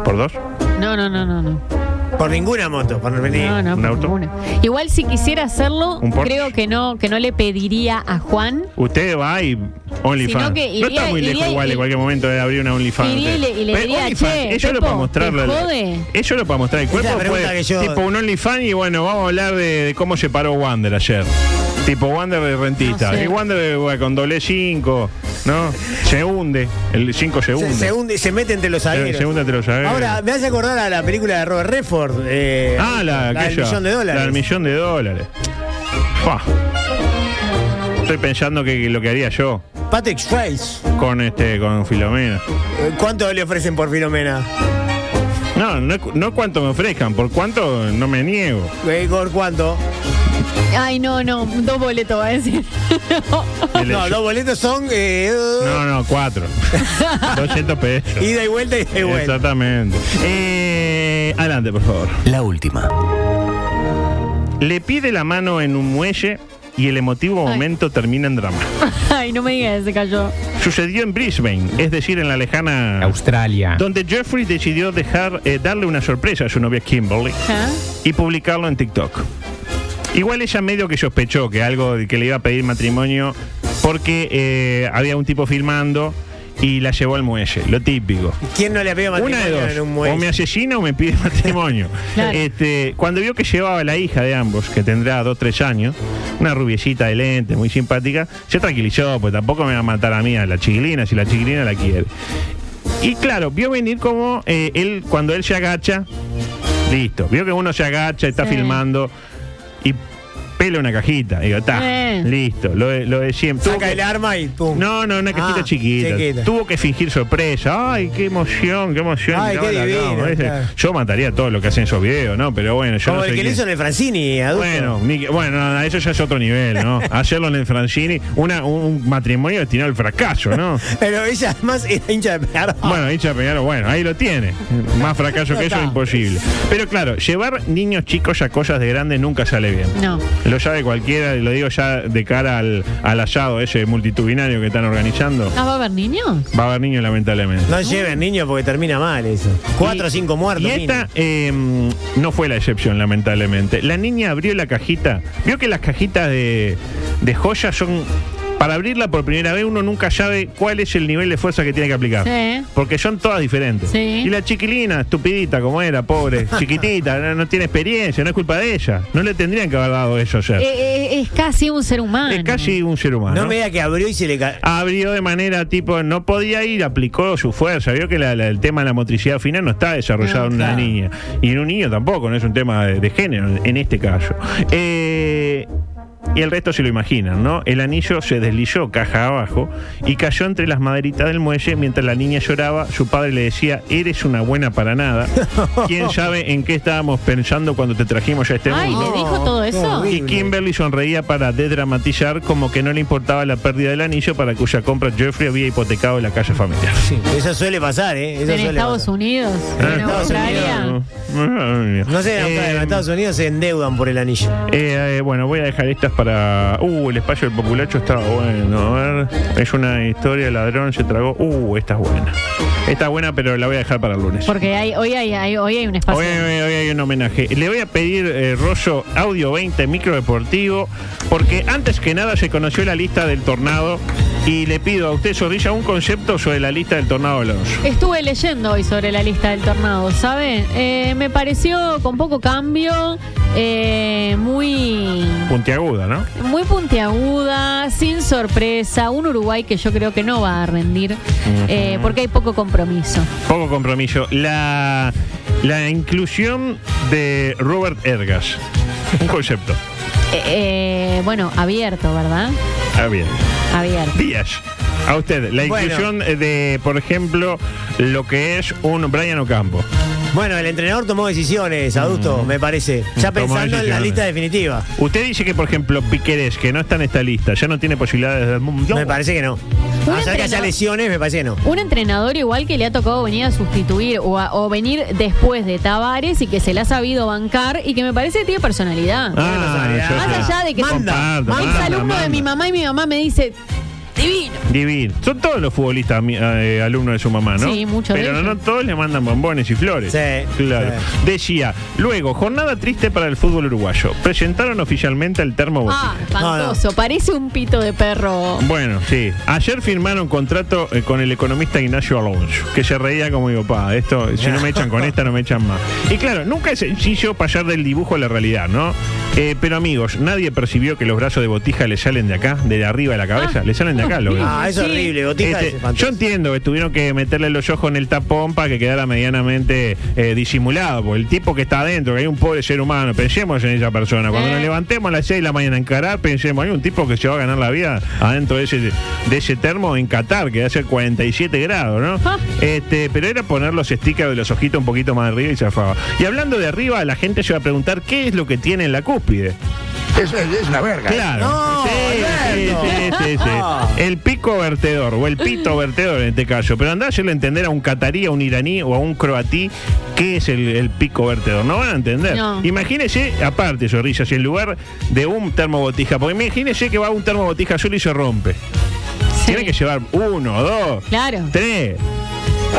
¿Por dos?
no, no, no, no. no.
Por ninguna moto, por venir.
No, no,
un auto.
Igual si quisiera hacerlo,
Un Porsche.
creo que no, que no le pediría a Juan.
Usted va y OnlyFans.
Sino que iría-
no está muy lejos
iría
igual,
y-
en cualquier momento de abrir una OnlyFans.
Iría y le- y le
Pero
diría,
OnlyFans,
"Che,
ellos lo
Pepo,
para mostrarlo.
¿te
el-
jode?"
Ellos lo para mostrar el
Es la
cuerpo.
pregunta
puede-
que yo-
Tipo un OnlyFans y bueno, vamos a hablar de, de cómo se paró Wander ayer. Tipo Wander de rentista.
No sé.
Que Wander eh, bueno, con doble 5, ¿no? Se hunde. El 5 se hunde.
Se, se hunde, se mete entre los
Se-
zagueros.
se hunde entre los zagueros.
Ahora, me hace acordar a la película de Robert Redford. eh,
Ah, la,
del
aquella,
millón de dólares.
La del millón de dólares. Fua. Estoy pensando que, que lo que haría yo
Patrick Swayze.
con este, con Filomena.
Eh, ¿Cuánto le ofrecen por Filomena?
No, no, no cuánto me ofrezcan, por cuánto no me niego.
Eh, ¿Por cuánto?
Ay, no, no, dos boletos va a decir.
El
No,
hecho-
los boletos son. eh,
No, no, cuatro. 200 pesos.
Ida y vuelta, ida y vuelta.
Exactamente. Eh, adelante, por favor.
La última.
Le pide la mano en un muelle y el emotivo momento termina en drama.
Ay, no me digas, se cayó.
Sucedió en Brisbane, es decir, en la lejana Australia, donde Jeffrey decidió dejar eh, darle una sorpresa a su novia Kimberly
¿Ah?
y publicarlo en TikTok. Igual ella medio que sospechó que algo de que le iba a pedir matrimonio porque eh, había un tipo filmando y la llevó al muelle, lo típico.
¿Quién no le pega matrimonio
Una de dos,
en un
o me
muelle?
asesina o me pide matrimonio.
Claro.
Este, cuando vio que llevaba a la hija de ambos, que tendrá 2 tres años, una rubiecita de lente, muy simpática, se tranquilizó, pues tampoco me va a matar a mí, a la chiquilina, si la chiquilina la quiere. Y claro, vio venir como eh, él, cuando él se agacha, listo. Vio que uno se agacha, está
Sí.
filmando y pela una cajita. Digo, está,
Eh.
listo, lo, de- lo de siempre. Tuvo
Saca
que-
el arma y pum.
no, no, una cajita
Ah,
chiquita.
chiquita.
Tuvo que fingir sorpresa. Ay, qué emoción, qué emoción.
Ay,
No,
qué
no, no,
divino,
ese-
claro.
Yo mataría todo lo que hacen esos videos, ¿no? Pero bueno, yo
Como
no
el que
sé
le
quién.
hizo en el Francini, eh, adulto.
Bueno, ni que- bueno, nada, eso ya es otro nivel, ¿no? Hacerlo en el Francini, una, un, un matrimonio destinado al fracaso, ¿no?
Pero ella además era hincha de Peñarol.
Bueno, hincha de Peñarol, bueno, ahí lo tiene. Más fracaso que eso, imposible. Pero claro, llevar niños chicos a cosas de grandes nunca sale bien.
No.
Lo sabe cualquiera, y lo digo ya de cara al, al hallado ese multitudinario que están organizando.
¿Ah, va a haber niños?
Va a haber niños, lamentablemente.
No lleven niños porque termina mal eso. Cuatro o cinco muertos.
Y esta eh, no fue la excepción, lamentablemente. La niña abrió la cajita. Vio que las cajitas de, de joyas son. Para abrirla por primera vez, uno nunca sabe cuál es el nivel de fuerza que tiene que aplicar.
Sí.
Porque son todas diferentes.
Sí.
Y la chiquilina, estupidita como era, pobre, chiquitita, no, no tiene experiencia, no es culpa de ella. No le tendrían que haber dado eso ayer.
Eh, eh, es casi un ser humano.
es casi un ser humano.
No me diga que abrió y se le cayó.
Abrió de manera tipo, no podía ir, aplicó su fuerza. Vio que la- la- el tema de la motricidad fina no está desarrollado
No,
en una
claro.
niña. Y en un niño tampoco, no es un tema de, de género en este caso. Eh, y el resto se lo imaginan, ¿no? El anillo se deslizó caja abajo y cayó entre las maderitas del muelle mientras la niña lloraba. Su padre le decía, eres una buena para nada. ¿Quién sabe en qué estábamos pensando cuando te trajimos a este
Ay,
mundo?
¿le dijo todo eso?
Y Kimberly sonreía para dedramatizar como que no le importaba la pérdida del anillo para cuya compra Jeffrey había hipotecado la casa familiar.
Eso suele pasar, ¿eh? Eso
en
suele
Estados
pasar.
Unidos,
Ah,
en
Estados
Australia.
Unidos.
No sé, en Australia, en
Eh,
Estados Unidos se endeudan por el anillo.
eh, eh, bueno, voy a dejar estas para. Uh, el espacio del populacho está bueno. A ver, es una historia de ladrón, se tragó. Uh, esta es buena. Esta es buena, pero la voy a dejar para el lunes.
Porque hay, hoy, hay, hay- hoy hay un espacio.
Hoy, hoy- hoy hay un homenaje. Le voy a pedir, eh, Rollo, audio 20, micro deportivo, porque antes que nada se conoció la lista del tornado y le pido a usted, Zorrilla, un concepto sobre la lista del tornado de los.
Estuve leyendo hoy sobre la lista del tornado, ¿sabe? Eh, me pareció con poco cambio, eh, muy,
Puntiaguda, ¿no?
muy puntiaguda, sin sorpresa, un Uruguay que yo creo que no va a rendir, eh, porque hay poco compromiso.
Poco compromiso. La, la inclusión de Robert Ergas. Un concepto.
Eh, eh, bueno, abierto, ¿verdad?
Ah, bien.
Abierto.
Díaz. A usted, la
Bueno.
inclusión eh, de, por ejemplo, lo que es un Brian Ocampo.
Bueno, el entrenador tomó decisiones, adulto, me parece. Ya
Mm. Tomó
pensando en la
decisiones.
lista definitiva.
Usted dice que, por ejemplo, Piquerés, que no está en esta lista, ya no tiene posibilidades del mundo.
Me parece que no.
Un
A ser que haya
entrenador-
lesiones, me parece que
Ah,
no.
Un entrenador igual que le ha tocado venir a sustituir o, a- o venir después de Tavares y que se la ha sabido bancar y que me parece que tiene personalidad.
Ah,
Más allá de que
manda,
es alumno de mi mamá y mi mamá me dice, Divino.
Divino. Son todos los futbolistas ami- eh, alumnos de su mamá, ¿no?
Sí, muchos de
Pero no
ellos.
todos le mandan bombones y flores.
Sí,
Claro.
sí.
Decía, luego, jornada triste para el fútbol uruguayo. Presentaron oficialmente el termo
Ah, espantoso. Parece un pito de perro.
Bueno, sí. Ayer firmaron contrato eh, con el economista Ignacio Alonso, que se reía como digo, pa, esto, si no me echan con esta, no me echan más. Y claro, nunca es sencillo pasar del dibujo a la realidad, ¿no? Eh, pero amigos, nadie percibió que los brazos de Botija le salen de acá, de arriba de la cabeza, le salen de acá, lo veo.
Ah, eso es horrible. Botija
Este,
es espantoso.
yo entiendo que tuvieron que meterle los ojos en el tapón para que quedara medianamente eh, disimulado, porque el tipo que está adentro, que hay un pobre ser humano, pensemos en esa persona. Cuando
Eh.
nos levantemos a las 6 de la mañana a encarar, pensemos, hay un tipo que se va a ganar la vida adentro de ese, de ese termo en Qatar, que hace 47 grados, ¿no? Este, pero era poner los stickers de los ojitos un poquito más arriba y zafaba. Y hablando de arriba, la gente se va a preguntar qué es lo que tiene en la cúspide.
Es, es una verga.
Claro. Sí, sí, sí, sí, sí. El pico vertedor, o el pito vertedor en este caso. Pero andá a hacerle entender a un catarí, a un iraní o a un croatí qué es el, el pico vertedor. No van a entender.
No.
Imagínese, aparte, sonrisas, en lugar de un termobotija. Porque imagínese que va un termobotija azul y se rompe. Tiene que llevar uno, dos,
Claro.
tres.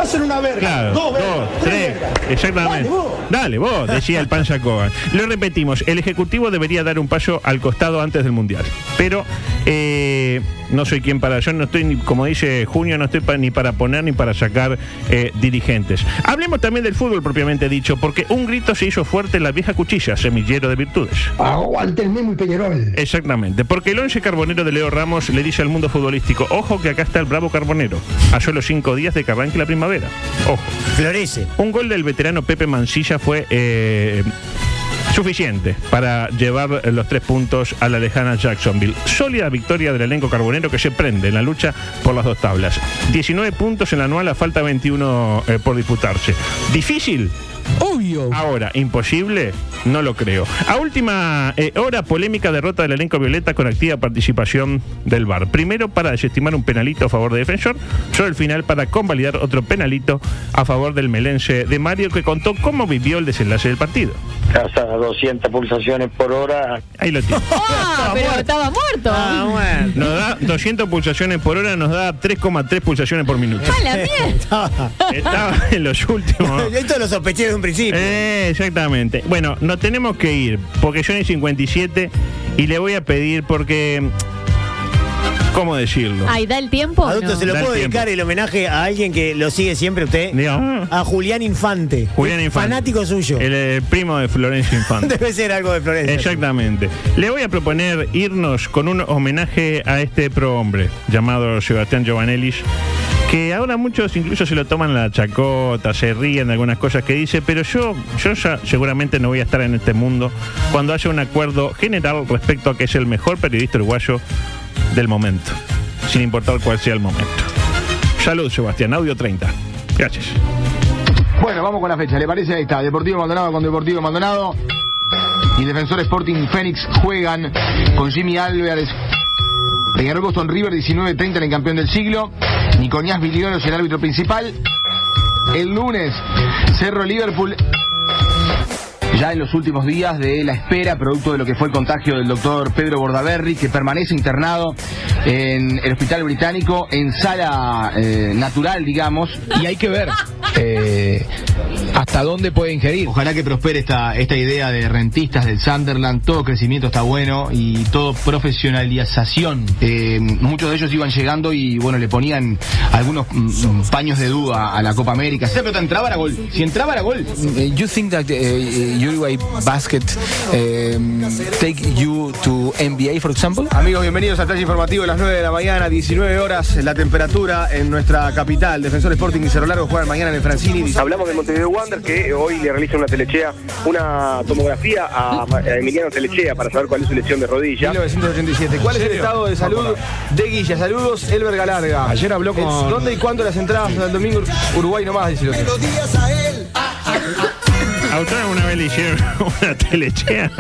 Hacen una verga.
Claro,
dos vergas,
tres, exactamente. Dale vos. decía el Panza Coban. Lo repetimos, el Ejecutivo debería dar un paso al costado antes del Mundial. Pero eh, no soy quien para, yo no estoy, ni- como dice Junio, no estoy pa- ni para poner ni para sacar eh, dirigentes. Hablemos también del fútbol propiamente dicho, porque un grito se hizo fuerte en la vieja cuchilla, semillero de virtudes.
Aguante el mismo y Peñarol.
Exactamente, porque el once carbonero de Leo Ramos le dice al mundo futbolístico, ojo que acá está el bravo carbonero, a solo cinco días de que arranque la primavera. Ojo.
Florece.
Un gol del veterano Pepe Mancilla fue eh, suficiente para llevar los tres puntos a la lejana Jacksonville. Sólida victoria del elenco carbonero que se prende en la lucha por las dos tablas. 19 puntos en la anual, a falta 21 eh, por disputarse. ¿Difícil? Obvio. Ahora, imposible, no lo creo. A última eh, hora, polémica derrota del elenco Violeta con activa participación del VAR. Primero para desestimar un penalito a favor de Defensor, sobre el final para convalidar otro penalito a favor del melense de Mario que contó cómo vivió el desenlace del partido.
Casa 200 pulsaciones por hora.
Ahí lo tiene.
Ah, pero estaba muerto.
Ah,
Ah,
Nos da 200 pulsaciones por hora, nos da 3,3 pulsaciones por minuto.
¡A la mierda!
Estaba en los últimos.
Esto lo sospeché desde un principio.
Eh, exactamente. Bueno, nos tenemos que ir, porque yo en el 57 y le voy a pedir porque. ¿Cómo decirlo?
Ay, ¿da el tiempo? o
Adulto,
no?
¿se lo
Da el
puedo
tiempo.
dedicar el homenaje a alguien que lo sigue siempre usted? A Julián Infante.
Julián Infante.
Ah. Fanático suyo.
El, eh, primo de Florencio Infante.
Debe ser algo de Florencia.
Exactamente. Le voy a proponer irnos con un homenaje a este prohombre llamado Sebastián Giovanellis, que ahora muchos incluso se lo toman la chacota, se ríen de algunas cosas que dice, pero yo, yo ya seguramente no voy a estar en este mundo cuando haya un acuerdo general respecto a que es el mejor periodista uruguayo del momento, sin importar cuál sea el momento. Salud, Sebastián. Audio 30. Gracias.
Bueno, vamos con la fecha. ¿Le parece? Ahí está. Deportivo Maldonado con Deportivo Maldonado. Y Defensor Sporting Fénix juegan con Jimmy Álvarez. Peñarol Boston River 19-30 en el campeón del siglo. Nicoñás Vilionos el árbitro principal. El lunes, Cerro Liverpool ya en los últimos días de la espera, producto de lo que fue el contagio del doctor Pedro Bordaberry, que permanece internado en el hospital británico en sala eh, natural, digamos. Y hay que ver eh, hasta dónde puede ingerir. Ojalá que prospere esta, esta idea de rentistas del Sunderland. Todo crecimiento está bueno y todo profesionalización. Eh, muchos de ellos iban llegando y bueno, le ponían algunos mm, paños de duda a la Copa América. Si la pelota entraba era gol. Si entraba era gol.
you think that uh, Uruguay basket um, take you to NBA, for example?
Amigos, bienvenidos a Talle Informativo a las 9 de la mañana, 19 horas, la temperatura en nuestra capital. Defensor Sporting y Cerro Largo juegan mañana en el Francini.
Hablamos de Montevideo Wander que hoy le realiza una telechea, una tomografía a Ma- a Emiliano Telechea para saber cuál es su lesión de rodilla.
1987. ¿Cuál es el estado de salud de Guilla? Saludos, Elber Galarga. Ayer habló
con-
¿Dónde y cuándo las entradas al domingo? Uruguay nomás, dice el otro.
A ustedes una vez le hicieron una telechea.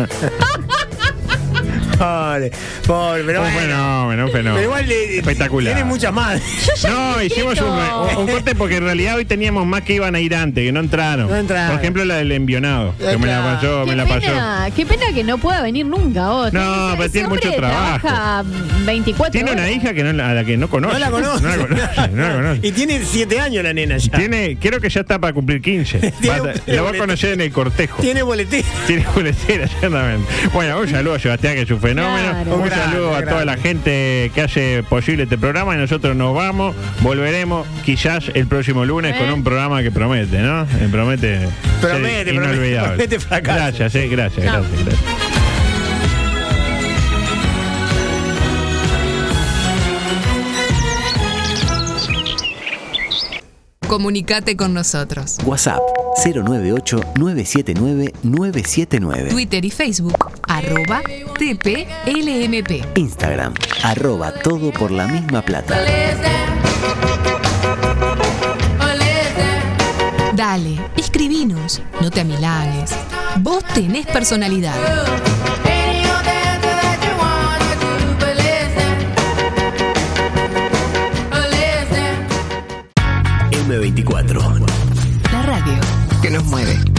Pobre, pobre, pero
Un fenómeno, un fenómeno.
Pero igual le-
Oh, espectacular.
tiene muchas más.
No, hicimos un, un- un corte porque en realidad hoy teníamos más que iban a ir antes, que no entraron.
No entraron.
Por ejemplo, la del envionado, que me la pasó, me la pasó.
Pena, qué pena que no pueda venir nunca vos.
No, pero
ese
tiene
hombre
mucho trabajo.
Trabaja 24
Tiene
horas.
una hija que no, a la que no conoce.
No la conoce.
No la conoce, no la conoce.
Y tiene 7 años la nena ya.
Tiene, creo que ya está para cumplir 15.
Tiene
Va a-
boletín.
la va a conocer en el cortejo.
Tiene boletín.
Tiene boletera, exactamente. Bueno, un saludo a Sebastián, que es un fenómeno.
Claro.
Un
Un grande,
saludo a
grande.
toda la gente que hace posible este programa. Y nosotros nos vamos, volveremos quizás el próximo lunes con un programa que promete, ¿no? Eh, Promete. ser
¿Eh? Promete, promete,
inolvidable.
promete fracaso.
Gracias, eh, gracias,
Chao.
gracias, gracias.
Comunicate con nosotros.
WhatsApp 098-979-979.
Twitter y Facebook, arroba TPLMP.
Instagram, arroba todo por la misma plata.
Dale, escribinos, no te amilanes. Vos tenés personalidad.
M24.
La radio.
Que nos mueve.